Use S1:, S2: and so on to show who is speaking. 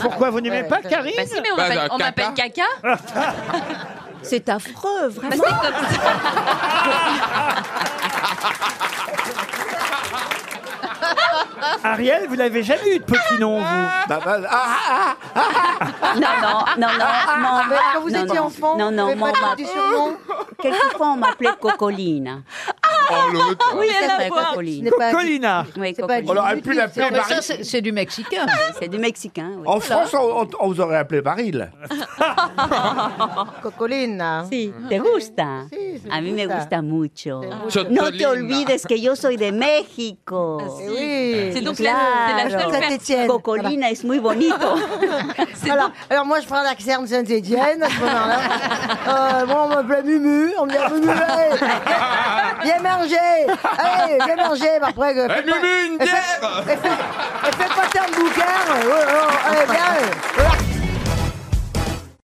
S1: Pourquoi vous n'aimez pas Karine
S2: Bah si, mais on
S3: Bah,
S2: m'appelle-
S3: euh,
S2: on m'appelle caca.
S4: C'est affreux,
S2: Bah,
S4: vraiment.
S2: c'est comme ça.
S1: Ariel, vous n'avez jamais eu de petit nom, vous
S5: Bah, bah, ah, ah,
S4: Non, non, non, non. non,
S6: Mais quand vous
S4: non,
S6: étiez
S4: non.
S6: enfant,
S4: Non, non,
S6: vous
S4: moi,
S6: n'avez pas
S4: on
S6: du
S4: m'a-
S6: surnom
S4: quelquefois on m'appelait Cocoline.
S5: ah.
S3: Oh, l'autre.
S4: Oui, c'est
S2: la
S4: vrai,
S2: boîte.
S6: Ce
S4: Cocoline.
S6: n'est pas-
S1: Colina
S4: Oui,
S6: c'est pas
S4: Cocoline.
S5: on aurait pu l'appeler
S7: Mais ça,
S5: Baril.
S7: c'est c'est du mexicain.
S4: C'est du Mexicain. oui.
S5: En France, on, on vous aurait appelé Baril.
S6: Cocolina.
S4: Sí, ¿te gusta?
S6: Sí, sí,
S4: a mí me
S6: gusta.
S4: gusta mucho.
S3: Chotolina.
S4: No te olvides que yo soy de México.
S6: Eh oui.
S2: C'est donc la, c'est la
S4: Claro.
S2: seule personne.
S6: Saint-Étienne. Voilà.
S4: Cocolina es muy bonito.
S2: c'est
S6: Voilà.
S2: donc-
S6: Alors moi je prends l'accent de Saint-Étienne à ce moment-là. Euh, moi on m'appelait Mumu, on me disait Mumu, hey, viens manger, hey, viens manger, mais après... euh,
S3: Eh,
S6: fais pas-
S3: Mumu, une
S6: et fais-
S3: bière
S6: oh, Et fais et fais pas tant de bouquins, oh, oh, allez, viens, euh, voilà.